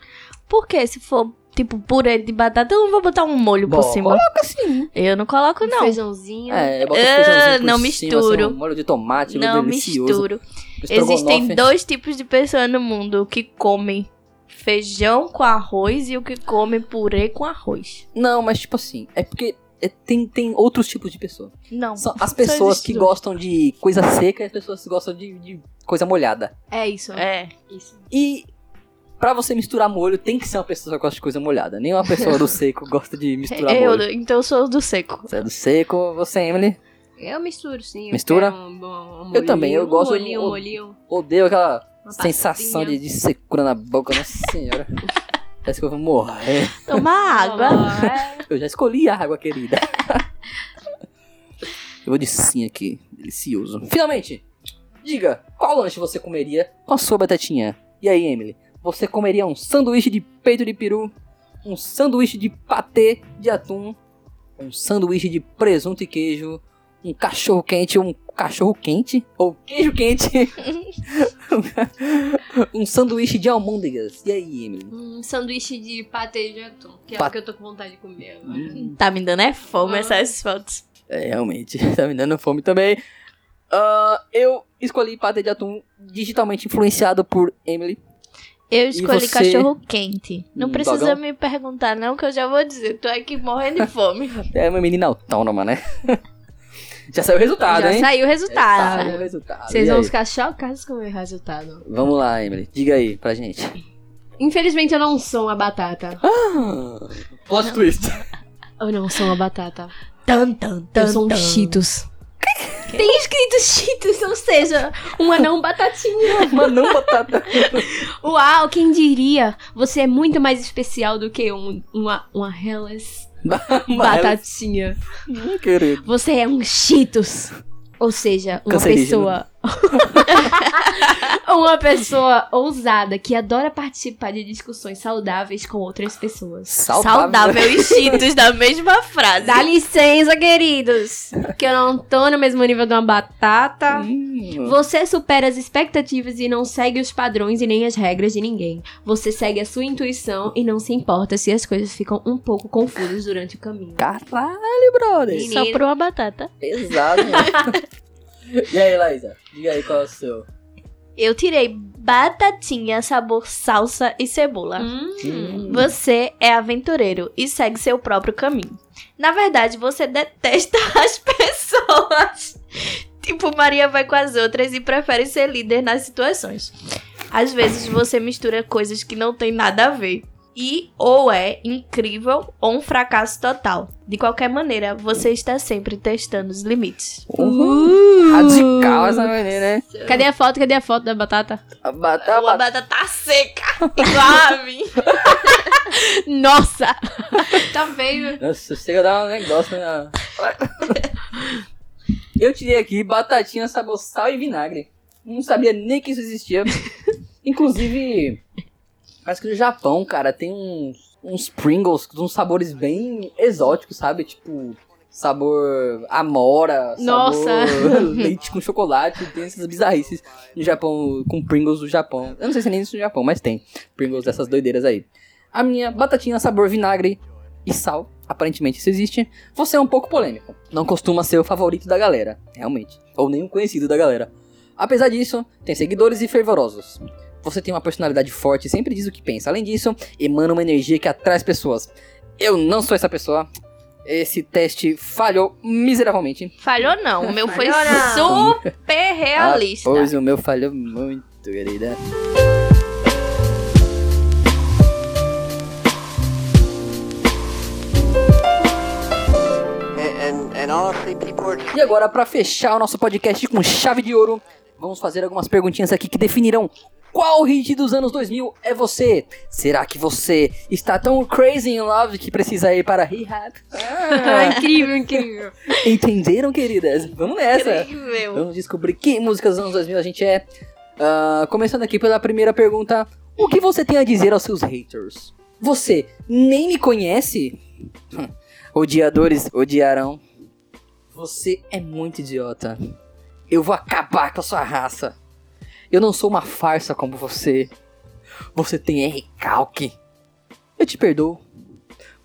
[SPEAKER 3] Porque se for, tipo, purê de batata, eu não vou botar um molho por
[SPEAKER 1] Bom,
[SPEAKER 3] cima.
[SPEAKER 1] Coloca sim.
[SPEAKER 3] Eu não coloco, não.
[SPEAKER 2] Feijãozinho.
[SPEAKER 1] É, bota um
[SPEAKER 3] Ah,
[SPEAKER 1] feijãozinho por
[SPEAKER 3] não
[SPEAKER 1] cima,
[SPEAKER 3] misturo.
[SPEAKER 1] assim, um molho de tomate,
[SPEAKER 3] não
[SPEAKER 1] delicioso.
[SPEAKER 3] misturo.
[SPEAKER 1] Estrogonofe.
[SPEAKER 3] Existem dois tipos de pessoas no mundo que comem feijão com arroz e o que come purê com arroz.
[SPEAKER 1] Não, mas tipo assim, é porque é, tem, tem outros tipos de pessoa.
[SPEAKER 3] Não.
[SPEAKER 1] São as
[SPEAKER 3] Só
[SPEAKER 1] pessoas
[SPEAKER 3] existe
[SPEAKER 1] que
[SPEAKER 3] dois.
[SPEAKER 1] gostam de coisa seca e as pessoas que gostam de- de coisa molhada.
[SPEAKER 2] É isso.
[SPEAKER 3] É.
[SPEAKER 2] isso.
[SPEAKER 1] E pra você misturar molho, tem que ser uma pessoa que gosta de coisa molhada. Nenhuma pessoa do seco gosta de misturar
[SPEAKER 3] Eu,
[SPEAKER 1] molho.
[SPEAKER 3] então eu sou do seco.
[SPEAKER 1] Você é do seco, você, Emily.
[SPEAKER 2] Eu misturo, sim. eu
[SPEAKER 1] Mistura?
[SPEAKER 2] quero Um, bom- um
[SPEAKER 1] Eu também, eu
[SPEAKER 2] molhinho,
[SPEAKER 1] gosto-
[SPEAKER 2] Um molhinho, um
[SPEAKER 1] eu-
[SPEAKER 2] molhinho.
[SPEAKER 1] Odeio aquela
[SPEAKER 2] uma
[SPEAKER 1] sensação de,
[SPEAKER 2] pastinha.
[SPEAKER 1] de secura na boca, nossa senhora. Parece que eu vou morrer.
[SPEAKER 3] Toma água.
[SPEAKER 2] Olá.
[SPEAKER 1] Eu já escolhi a água, querida. eu vou de sim aqui. Delicioso. Finalmente, diga, qual lanche você comeria com a sua batatinha? E aí, Emily? Você comeria um sanduíche de peito de peru, um sanduíche de patê de atum, um sanduíche de presunto e queijo, um cachorro quente, um cachorro quente ou queijo quente, [laughs] um sanduíche de almôndegas. E aí, Emily?
[SPEAKER 2] Um sanduíche de patê de atum, que é
[SPEAKER 1] Pat- Hum.
[SPEAKER 2] o que eu tô com vontade de comer agora.
[SPEAKER 3] Tá me dando é fome
[SPEAKER 2] Ah.
[SPEAKER 3] essas fotos.
[SPEAKER 1] É, realmente, [laughs] tá me dando fome também. Ah, eu escolhi patê de atum digitalmente influenciado por Emily.
[SPEAKER 3] Eu escolhi
[SPEAKER 1] você?
[SPEAKER 3] cachorro quente. Não
[SPEAKER 1] Hum,
[SPEAKER 3] precisa
[SPEAKER 1] dogão?
[SPEAKER 3] me perguntar, não, que eu já vou dizer. Tô aqui morrendo de fome.
[SPEAKER 1] É uma menina autônoma, né? [laughs] Já saiu o resultado,
[SPEAKER 3] já
[SPEAKER 1] hein?
[SPEAKER 3] saiu o resultado.
[SPEAKER 1] Saiu o resultado.
[SPEAKER 2] Vocês
[SPEAKER 1] E
[SPEAKER 2] vão
[SPEAKER 1] aí?
[SPEAKER 2] ficar chocados com o meu resultado.
[SPEAKER 1] Vamos lá, Emily. Diga aí pra gente.
[SPEAKER 2] Infelizmente eu não sou uma batata.
[SPEAKER 1] Ah, Plot twist.
[SPEAKER 2] Eu não sou uma batata.
[SPEAKER 3] Tan, tan, tan,
[SPEAKER 2] Eu sou um
[SPEAKER 3] tan.
[SPEAKER 2] Cheetos.
[SPEAKER 3] Tem escrito Cheetos, ou seja,
[SPEAKER 2] Uma não batatinha.
[SPEAKER 1] [laughs] Mas não tá, batata.
[SPEAKER 2] Uau, quem diria? Você é muito mais especial do que um- uma, uma Hellas batatinha.
[SPEAKER 1] Hum, Querido.
[SPEAKER 2] Você é um Cheetos. Ou seja, uma
[SPEAKER 1] Cancerígeno.
[SPEAKER 2] pessoa. [laughs] uma pessoa ousada que adora participar de discussões saudáveis com outras pessoas.
[SPEAKER 3] saudável e Cheetos da mesma frase.
[SPEAKER 2] Dá licença, queridos, que eu não tô no mesmo nível de uma batata.
[SPEAKER 1] Hum.
[SPEAKER 2] Você supera as expectativas e não segue os padrões e nem as regras de ninguém. Você segue a sua intuição e não se importa se as coisas ficam um pouco confusas durante o caminho.
[SPEAKER 1] Tá. Caralho, brother.
[SPEAKER 2] Menino.
[SPEAKER 3] Só pra uma batata.
[SPEAKER 1] Pesado,
[SPEAKER 3] [laughs]
[SPEAKER 1] mano. E aí, Laísa? Diga aí qual é o seu.
[SPEAKER 3] Eu tirei batatinha, sabor salsa e cebola.
[SPEAKER 1] Hum.
[SPEAKER 3] Você é aventureiro e segue seu próprio caminho. Na verdade, você detesta [laughs] as pessoas. Tipo, Maria vai com as outras e prefere ser líder nas situações. Às vezes você mistura coisas que não tem nada a ver. E ou é incrível ou um fracasso total. De qualquer maneira, você está sempre testando os limites.
[SPEAKER 1] Uhum. Radical essa menina, né?
[SPEAKER 2] Cadê a foto? Cadê a foto da batata?
[SPEAKER 1] A batata.
[SPEAKER 3] Uma batata tá seca, igual a mim. [laughs]
[SPEAKER 2] [laughs] Nossa! tá feio.
[SPEAKER 1] Nossa, chega a dar um negócio na. Eu tirei aqui batatinha, sabor sal e vinagre. Não sabia nem que isso existia. Inclusive, acho que no Japão, cara, tem uns, uns Pringles com uns sabores bem exóticos, sabe? Tipo, sabor amora,
[SPEAKER 2] Nossa.
[SPEAKER 1] sabor leite com chocolate. Tem essas bizarrices no Japão, com Pringles do Japão. Eu não sei se é nem isso no Japão, mas tem Pringles dessas doideiras aí. A minha batatinha, sabor vinagre e sal. Aparentemente isso existe. Você é um pouco polêmico. Não costuma ser o favorito da galera, realmente. Ou nenhum conhecido da galera. Apesar disso, tem seguidores e fervorosos. Você tem uma personalidade forte e sempre diz o que pensa. Além disso, emana uma energia que atrai as pessoas. Eu não sou essa pessoa. Esse teste falhou miseravelmente.
[SPEAKER 3] Falhou não, [laughs] o meu foi
[SPEAKER 1] não.
[SPEAKER 3] super realista.
[SPEAKER 1] Ah, pois o meu falhou muito, querida.
[SPEAKER 5] and, and honestly, people are
[SPEAKER 1] E agora, pra fechar o nosso podcast com chave de ouro, vamos fazer algumas perguntinhas aqui que definirão qual hit dos anos 2000 é você. Será que você está tão crazy in love que precisa ir para rehab? Ah,
[SPEAKER 3] [laughs]
[SPEAKER 2] incrível, incrível.
[SPEAKER 1] entenderam, queridas? Vamos nessa.
[SPEAKER 3] Incrível.
[SPEAKER 1] Vamos descobrir que músicas dos anos 2000 a gente é. Ah, começando aqui pela primeira pergunta: O que você tem a dizer aos seus haters? Você nem me conhece? Hum, Odiadores odiarão. Você é muito idiota. Eu vou acabar com a sua raça. Eu não sou uma farsa como você. Você tem recalque. Eu te perdoo.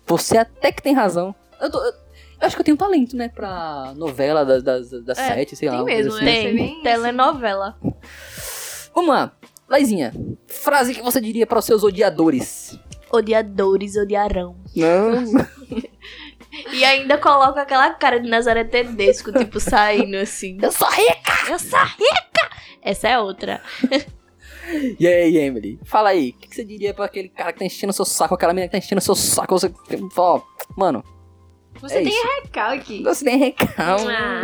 [SPEAKER 1] Você até que tem razão. Eu, tô- eu- eu acho que eu tenho talento, né? Pra novela das, das, das
[SPEAKER 3] É,
[SPEAKER 1] sete, sei lá.
[SPEAKER 2] tem
[SPEAKER 1] uma coisa
[SPEAKER 2] mesmo, é.
[SPEAKER 1] assim.
[SPEAKER 2] né? Você
[SPEAKER 3] Tem,
[SPEAKER 2] nem-
[SPEAKER 3] telenovela.
[SPEAKER 1] Vamos lá. Laizinha, frase que você diria para os seus odiadores.
[SPEAKER 3] Odiadores odiarão.
[SPEAKER 1] Não.
[SPEAKER 3] E ainda coloca aquela cara de Nazaré Tedesco, tipo, saindo assim.
[SPEAKER 1] [laughs] Eu sou rica!
[SPEAKER 3] Eu sou rica! Essa é outra.
[SPEAKER 1] E aí, Emily? Fala aí, o que, que você diria para aquele cara que tá enchendo seu saco, aquela menina que tá enchendo seu saco? Você fala, ó, mano,
[SPEAKER 2] Você
[SPEAKER 1] é
[SPEAKER 2] tem
[SPEAKER 1] isso.
[SPEAKER 2] recalque.
[SPEAKER 1] Você tem recalque.
[SPEAKER 2] Ah,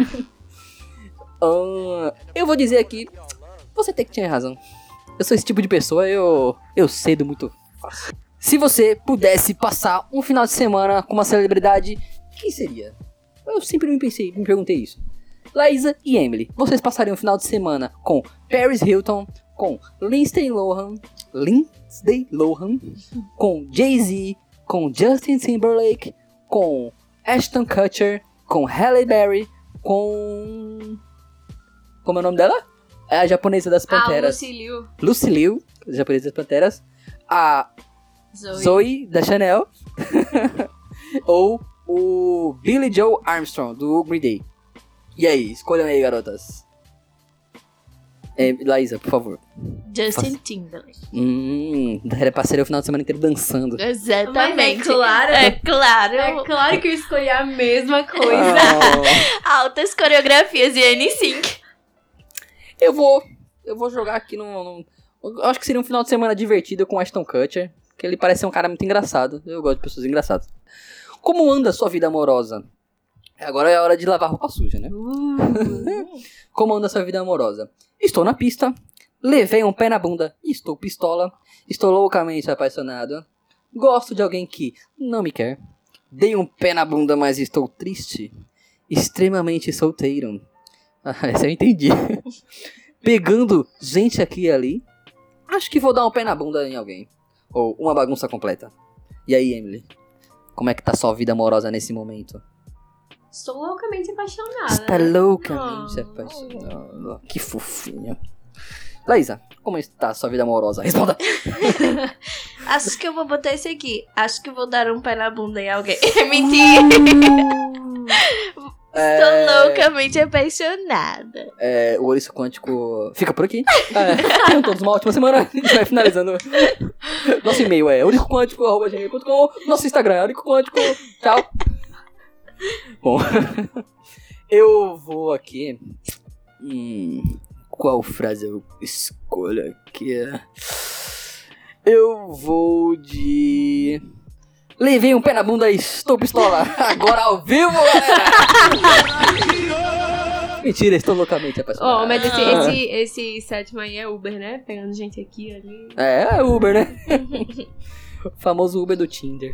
[SPEAKER 1] Ah, eu vou dizer aqui, você tem que ter razão. Eu sou esse tipo de pessoa, eu eu cedo muito fácil. Se você pudesse passar um final de semana com uma celebridade, quem seria? Eu sempre me pensei, me perguntei isso. Laísa e Emily, vocês passariam um final de semana com Paris Hilton, com Lindsay Lohan, Lindsay Lohan, com Jay-Z, com Justin Timberlake, com Ashton Kutcher, com Halle Berry, com... Como é o nome dela? É a japonesa
[SPEAKER 2] Ah,
[SPEAKER 1] das panteras.
[SPEAKER 3] Luciliu.
[SPEAKER 1] Lucy Liu, japonesa das Panteras, a Zoe, da Chanel, [laughs] ou o Billy Joe Armstrong, do Green Day. E aí, escolham aí, garotas. É, Laísa, por favor.
[SPEAKER 3] Justin Timberlake.
[SPEAKER 1] Hum, era pra ser o final de semana inteiro dançando.
[SPEAKER 3] Exatamente.
[SPEAKER 2] Mas é claro.
[SPEAKER 3] É claro.
[SPEAKER 2] É claro que eu escolhi a mesma coisa.
[SPEAKER 1] Ah,
[SPEAKER 3] [laughs] Altas coreografias e
[SPEAKER 2] [laughs]
[SPEAKER 3] N5.
[SPEAKER 1] eu vou. Eu vou jogar aqui no. no- eu acho que seria um final de semana divertido com Ashton Kutcher. Que ele parece ser um cara muito engraçado. Eu gosto de pessoas engraçadas. Como anda a sua vida amorosa? Agora é a hora de lavar roupa suja, né? [laughs] Como anda sua vida amorosa? Estou na pista, levei um pé na bunda e estou pistola. Estou loucamente apaixonado. Gosto de alguém que não me quer. Dei um pé na bunda, mas estou triste. Extremamente solteiro. [laughs] Ah, essa eu entendi. Pegando gente aqui e ali. Acho que vou dar um pé na bunda em alguém. Ou uma bagunça completa. E aí, Emily? Como é que tá sua vida amorosa nesse momento?
[SPEAKER 2] Estou loucamente apaixonada.
[SPEAKER 1] Está loucamente apaixonada. Que fofinha. Laísa, como está a sua vida amorosa? Responda.
[SPEAKER 3] Acho que eu vou botar esse aqui. Acho que vou dar um pé na bunda em alguém. Mentira.
[SPEAKER 1] É,
[SPEAKER 3] Tô loucamente apaixonada.
[SPEAKER 1] é, o Ouriço Quântico fica por aqui. É, tenham todos uma ótima semana. A gente vai finalizando. Nosso e-mail é ouriçoquântico.com Nosso Instagram é ouricoquântico. Tchau. Bom, [laughs] eu vou aqui... Hum, qual frase eu escolho aqui? Eu vou de... Levei um pé na bunda e estou pistola. Agora ao vivo, galera. Mentira, estou loucamente apaixonado.
[SPEAKER 2] Oh, mas esse,
[SPEAKER 3] Ah.
[SPEAKER 2] esse, esse sétimo aí é Uber, né? Pegando gente aqui, [laughs] ali.
[SPEAKER 1] É, é Uber, né? o famoso Uber do Tinder.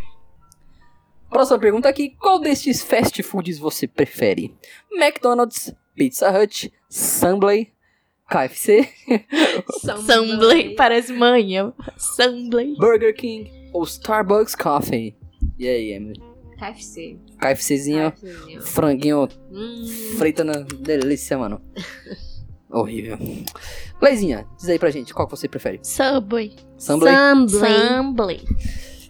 [SPEAKER 1] Próxima pergunta aqui. Qual destes fast foods você prefere? McDonald's, Pizza Hut, Subway, KFC,
[SPEAKER 3] Samblay. Parece manhã. Samblay.
[SPEAKER 1] Burger King ou Starbucks Coffee? E aí, Emily?
[SPEAKER 2] KFC.
[SPEAKER 1] KFCzinho,
[SPEAKER 2] KFCzinho.
[SPEAKER 1] franguinho
[SPEAKER 2] Hum.
[SPEAKER 1] frita na delícia, mano. Horrível. Leizinha, diz aí pra gente, qual que você prefere?
[SPEAKER 3] Subway.
[SPEAKER 1] Subway?
[SPEAKER 3] Samblay.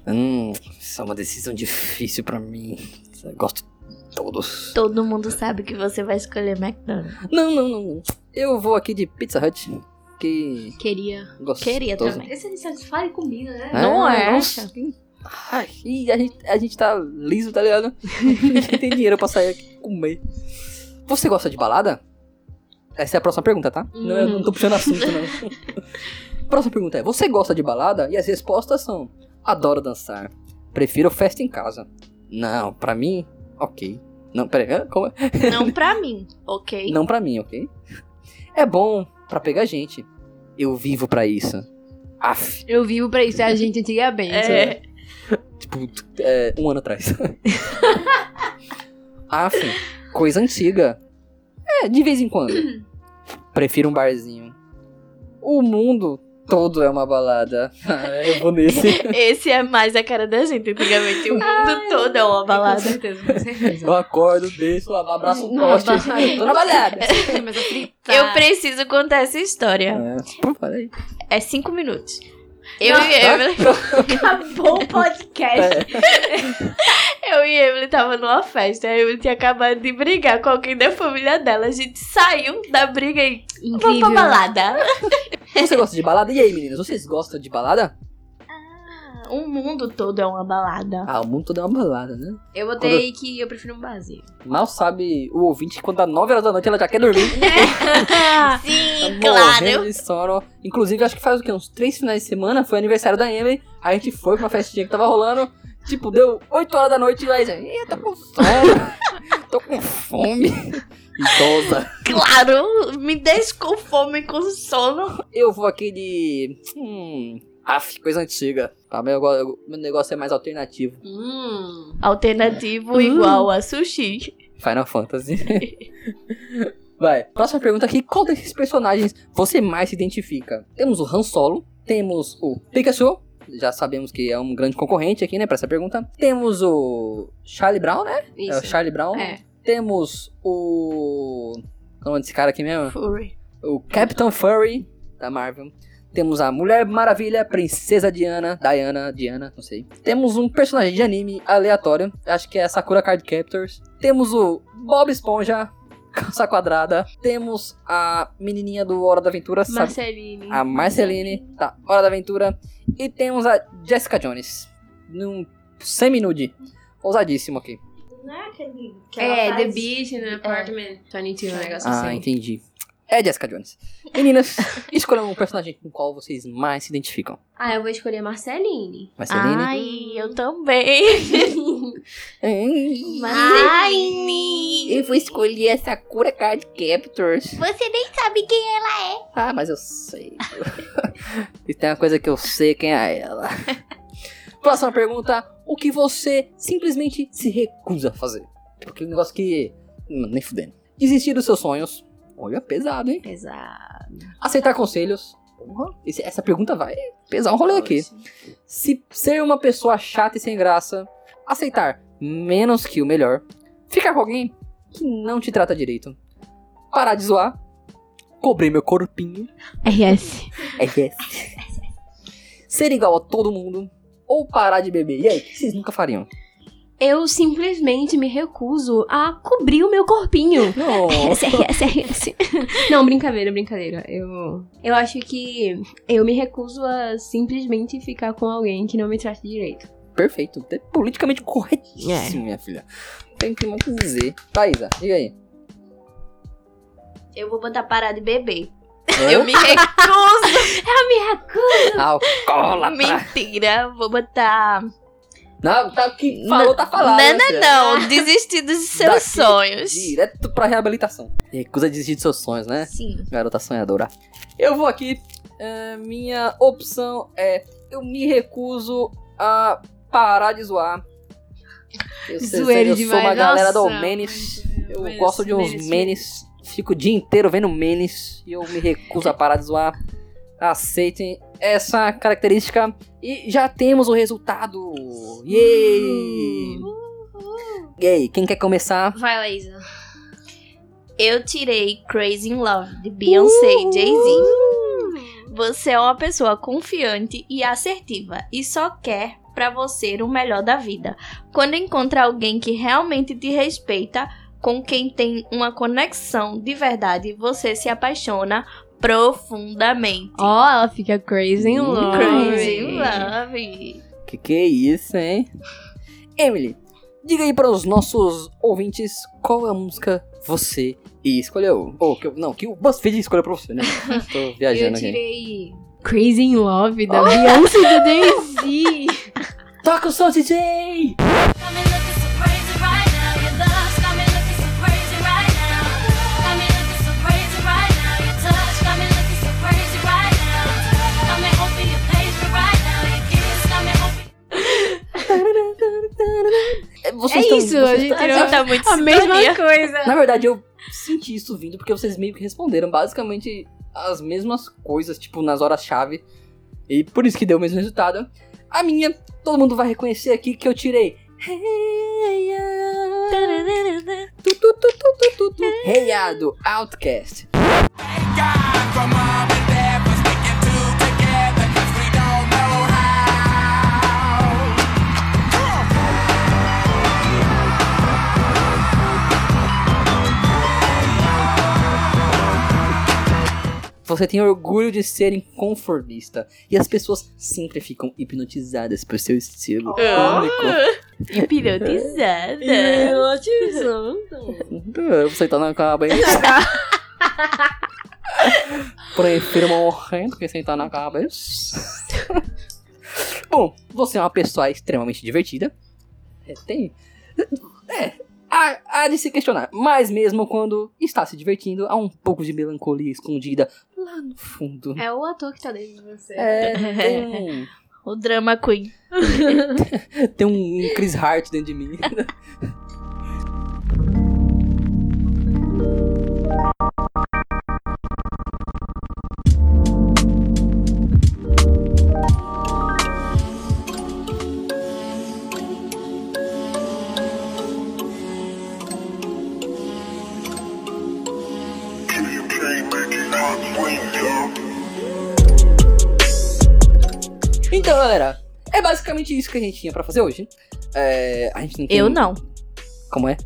[SPEAKER 1] Hum, isso é uma decisão difícil pra mim. Eu gosto de todos.
[SPEAKER 3] Todo mundo sabe que você vai escolher McDonald's.
[SPEAKER 1] Não, não, não, não. Eu vou aqui de Pizza Hut, que
[SPEAKER 2] Queria.
[SPEAKER 1] gostoso.
[SPEAKER 3] Queria também.
[SPEAKER 2] Esse é insatisfaz combina, né?
[SPEAKER 1] É,
[SPEAKER 3] Não é?
[SPEAKER 1] nossa. Ai, e a gente, a gente tá liso, tá ligado? a gente tem dinheiro pra sair aqui comer. Você gosta de balada? Essa é a próxima pergunta, tá? Não, eu não tô puxando assunto, não.
[SPEAKER 3] [laughs]
[SPEAKER 1] próxima pergunta é, você gosta de balada? E as respostas são, adoro dançar, prefiro festa em casa. Não, pra mim, ok. Não, peraí, hã? como é?
[SPEAKER 3] Não pra mim, ok?
[SPEAKER 1] Não pra mim, ok? É bom pra pegar gente. Eu vivo pra isso. Aff,
[SPEAKER 2] Eu vivo pra isso, é a gente antigamente.
[SPEAKER 3] É.
[SPEAKER 1] tipo, é, um ano atrás. Aff, coisa antiga. É, de vez em quando. Prefiro um barzinho. O mundo todo é uma balada. Ah, Eu vou nesse.
[SPEAKER 3] Esse é mais a cara da gente antigamente. O mundo todo é uma
[SPEAKER 2] Com
[SPEAKER 3] balada.
[SPEAKER 2] certeza, com [laughs] certeza.
[SPEAKER 1] Eu acordo, desço, abraço o
[SPEAKER 2] Nossa,
[SPEAKER 1] poste. Tô na balada.
[SPEAKER 2] Mas [laughs]
[SPEAKER 3] Eu preciso contar essa história.
[SPEAKER 1] É, pô, peraí.
[SPEAKER 3] É cinco minutos. Eu
[SPEAKER 2] Não.
[SPEAKER 3] e [laughs] Evelyn.
[SPEAKER 1] Tá?
[SPEAKER 2] Acabou o podcast.
[SPEAKER 3] [laughs] Eu e Evelyn tava numa festa. A Evelyn tinha acabado de brigar com alguém da família dela. A gente saiu da briga e vamos pra balada.
[SPEAKER 1] É. Você gosta de balada? E aí, meninas, vocês gostam de balada?
[SPEAKER 3] O mundo todo é uma balada.
[SPEAKER 1] Ah, o mundo todo é uma balada, né?
[SPEAKER 2] Eu botei que eu prefiro um barzinho.
[SPEAKER 1] Mal sabe o ouvinte que quando dá 9 horas da noite ela já quer dormir. Tá
[SPEAKER 3] [laughs] Sim,
[SPEAKER 1] morrendo
[SPEAKER 3] claro.
[SPEAKER 1] de sono. Inclusive, acho que faz o quê? Uns três finais de semana. Foi aniversário da Emily. A gente foi pra uma festinha que tava rolando. Tipo, deu 8 horas da noite e aí, Ih, tá com sono. Tô com fome. Idosa.
[SPEAKER 3] né? Claro. Me desconforme com sono.
[SPEAKER 1] Eu vou aqui de. Hum. Af, coisa antiga. Tá? Meu, go- eu- meu negócio é mais alternativo.
[SPEAKER 2] Hum.
[SPEAKER 3] Alternativo
[SPEAKER 2] Hum.
[SPEAKER 3] igual a sushi.
[SPEAKER 1] Final Fantasy. [laughs] Vai. Próxima pergunta aqui. Qual desses personagens você mais se identifica? Temos o Han Solo. Temos o Pikachu. Já sabemos que é um grande concorrente aqui, né, pra essa pergunta. Temos o Charlie Brown, né? É o
[SPEAKER 2] Isso.
[SPEAKER 1] Charlie Brown.
[SPEAKER 2] É.
[SPEAKER 1] Temos o... Qual é o nome desse cara aqui mesmo?
[SPEAKER 3] Furry.
[SPEAKER 1] o Capitão Furry da Marvel. Temos a Mulher Maravilha, Princesa Diana, Diana, Diana, não sei. Temos um personagem de anime aleatório, acho que é Sakura Card Captors. Temos o Bob Esponja, calça quadrada. Temos a menininha do Hora da Aventura, sabe?
[SPEAKER 3] Marceline.
[SPEAKER 1] a Marceline, da Hora da Aventura. E temos a Jessica Jones, num semi-nude, ousadíssimo aqui.
[SPEAKER 2] É, The Beach in an Apartment 22, um negócio
[SPEAKER 1] Ah,
[SPEAKER 2] assim.
[SPEAKER 1] entendi. É Jessica Jones. [laughs] Meninas, escolham um personagem com qual vocês mais se identificam.
[SPEAKER 2] Ah, eu vou escolher Marceline.
[SPEAKER 1] Marceline?
[SPEAKER 3] Ai, eu também.
[SPEAKER 1] Hum,
[SPEAKER 3] Marceline.
[SPEAKER 1] vou escolher a Sakura Card Captors.
[SPEAKER 3] Você nem sabe quem é.
[SPEAKER 1] Ah, mas eu [laughs] sei. e tem uma coisa que eu sei quem é [laughs] ela. Próxima pergunta. O que você simplesmente se recusa a fazer? Tipo, aquele negócio que... hum, nem fudendo. Desistir dos seus sonhos. Olha, pesado, hein?
[SPEAKER 3] Exato.
[SPEAKER 1] Aceitar conselhos. Porra, esse- essa pergunta vai pesar um rolê aqui. Se ser uma pessoa chata e sem graça, aceitar menos que o melhor, ficar com alguém que não te trata direito, parar de zoar, cobrir meu corpinho,
[SPEAKER 2] RS.
[SPEAKER 1] é que é- [laughs] ser igual a todo mundo, ou parar de beber. E aí, o que vocês nunca fariam?
[SPEAKER 2] Eu simplesmente me recuso a cobrir o meu corpinho.
[SPEAKER 1] Não.
[SPEAKER 2] RS, RS, RS. Não, brincadeira, brincadeira. Eu, eu acho que eu me recuso a simplesmente ficar com alguém que não me trate direito.
[SPEAKER 1] [laughs] Perfeito. É politicamente corretíssimo, minha filha. Não Tem que muito o que dizer. Thaisa, diga aí.
[SPEAKER 3] Eu vou botar parar de beber.
[SPEAKER 1] Eu
[SPEAKER 3] Me recuso.
[SPEAKER 2] Eu me recuso.
[SPEAKER 1] Alcoólatra.
[SPEAKER 3] Mentira. Vou botar.
[SPEAKER 1] Não, tá o que falou, tá falado. né,
[SPEAKER 3] Não,
[SPEAKER 1] filha?
[SPEAKER 3] não, [laughs] não. Desistir dos seus
[SPEAKER 1] Daqui,
[SPEAKER 3] sonhos.
[SPEAKER 1] Direto pra reabilitação. Recusa desistir dos seus sonhos, né?
[SPEAKER 3] Sim.
[SPEAKER 1] Garota sonhadora. Eu vou aqui. É, minha opção é. Eu me recuso a parar de zoar. Eu, sei-
[SPEAKER 2] Zoeiro
[SPEAKER 1] eu sou
[SPEAKER 2] demais.
[SPEAKER 1] uma galera do
[SPEAKER 3] Nossa,
[SPEAKER 1] Menes.
[SPEAKER 3] mas eu
[SPEAKER 1] Eu
[SPEAKER 3] mereço,
[SPEAKER 1] gosto de uns
[SPEAKER 3] mereço,
[SPEAKER 1] Menes. Fico o dia inteiro vendo Menes. E eu me recuso a parar de zoar. Aceitem essa característica. E já temos o resultado.
[SPEAKER 2] Uhum.
[SPEAKER 1] Yay! E aí, quem quer começar?
[SPEAKER 2] Vai, Laísa.
[SPEAKER 3] Eu tirei Crazy in Love de Beyoncé e Jay-Z. Você é uma pessoa confiante e assertiva e só quer pra você o melhor da vida. Quando encontra alguém que realmente te respeita, com quem tem uma conexão de verdade, você se apaixona profundamente.
[SPEAKER 2] Ó, ela fica crazy in
[SPEAKER 1] Hum,
[SPEAKER 2] love.
[SPEAKER 3] Crazy in Love.
[SPEAKER 1] Que que é isso, hein? Emily, diga aí para os nossos ouvintes qual é a música você escolheu. Ou que, eu- não, que o BuzzFeed escolheu pra você, né? [laughs] Tô viajando aqui.
[SPEAKER 2] tirei Crazy in Love da Beyoncé e do Jay-Z.
[SPEAKER 1] Toca o som, DJ! É, Vocês
[SPEAKER 2] É
[SPEAKER 1] tão-
[SPEAKER 2] isso, a
[SPEAKER 1] vocês
[SPEAKER 2] gente
[SPEAKER 1] tão- [laughs]
[SPEAKER 2] tirou
[SPEAKER 3] Tá muito
[SPEAKER 2] a
[SPEAKER 3] sintonia.
[SPEAKER 2] mesma coisa.
[SPEAKER 1] Na verdade, eu senti isso vindo porque vocês meio que responderam basicamente as mesmas coisas, tipo, nas horas-chave. E por isso que deu o mesmo resultado. A minha, todo mundo vai reconhecer aqui que eu tirei. Heia. Tu, tu, tu, tu, tu, tu, tu. Heia, do Outcast. Você tem orgulho de ser inconformista. E as pessoas sempre ficam hipnotizadas por seu estilo único.
[SPEAKER 3] [laughs] Hipnotizada.
[SPEAKER 1] Você tá na cabeça. Prefiro morrendo que sentar na cabeça. [laughs] Bom, você é uma pessoa extremamente divertida. É, tem. É. Há, há de se questionar. Mas mesmo quando está se divertindo, há um pouco de melancolia escondida lá no fundo.
[SPEAKER 2] É o ator que tá dentro de você.
[SPEAKER 1] É, tem um,
[SPEAKER 3] O drama queen.
[SPEAKER 1] Tem um Chris Hart dentro de mim. [laughs] Então, galera, é basicamente isso que a gente tinha pra fazer hoje. É, a gente não tem...
[SPEAKER 3] Eu não.
[SPEAKER 1] Como é?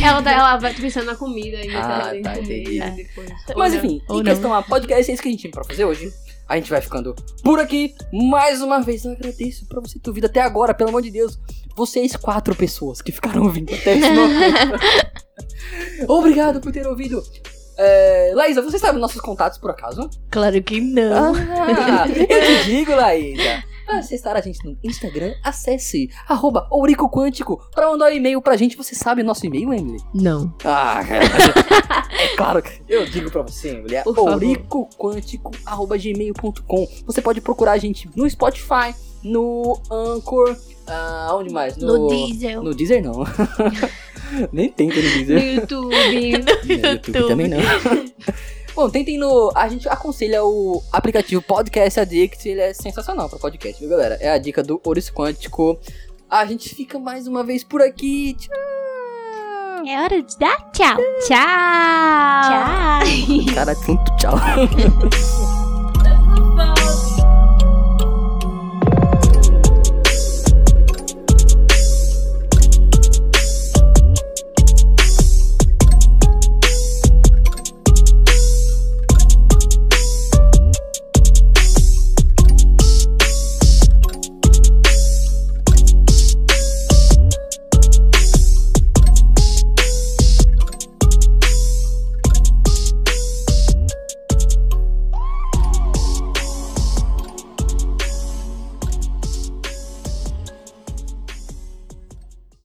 [SPEAKER 2] Ela, tá, ela vai pensando na comida aí.
[SPEAKER 1] Ah,
[SPEAKER 2] tá,
[SPEAKER 1] tá, entendi.
[SPEAKER 2] É. Depois.
[SPEAKER 1] Mas
[SPEAKER 3] não,
[SPEAKER 1] enfim,
[SPEAKER 3] ou
[SPEAKER 1] em
[SPEAKER 3] não.
[SPEAKER 1] questão a podcast, é isso que a gente tinha pra fazer hoje. A gente vai ficando por aqui. Mais uma vez, eu agradeço pra você ter ouvido até agora, pelo amor de Deus. Vocês quatro pessoas que ficaram ouvindo até
[SPEAKER 3] [laughs]
[SPEAKER 1] esse momento. Obrigado por ter ouvido. É, Laísa, você sabe nossos contatos, por acaso?
[SPEAKER 3] Claro que não.
[SPEAKER 1] Ah, eu te digo, Laísa. Pra acessar a gente no Instagram, acesse arroba Ourico Quântico pra mandar um e-mail pra gente. Você sabe nosso e-mail, Emily?
[SPEAKER 2] Não.
[SPEAKER 1] Ah, cara. é claro que eu digo pra você, é mulher.
[SPEAKER 2] Por favor.
[SPEAKER 1] ouricoquântico.gmail.com Você pode procurar a gente no Spotify, no Anchor, ah, onde mais?
[SPEAKER 3] No, diesel.
[SPEAKER 1] No Deezer, não. [laughs] Nem tenta no
[SPEAKER 2] No
[SPEAKER 1] Deezer.
[SPEAKER 2] YouTube.
[SPEAKER 1] [laughs] No YouTube também não. Bom, tentem no. A gente aconselha o aplicativo Podcast Addict, ele é sensacional pra podcast, viu, galera? É a dica do Ourico Quântico. A gente fica mais uma vez por aqui. Tchau! Ah.
[SPEAKER 3] É hora de dar tchau. Tchau. Tchau.
[SPEAKER 1] Cara, tanto tchau.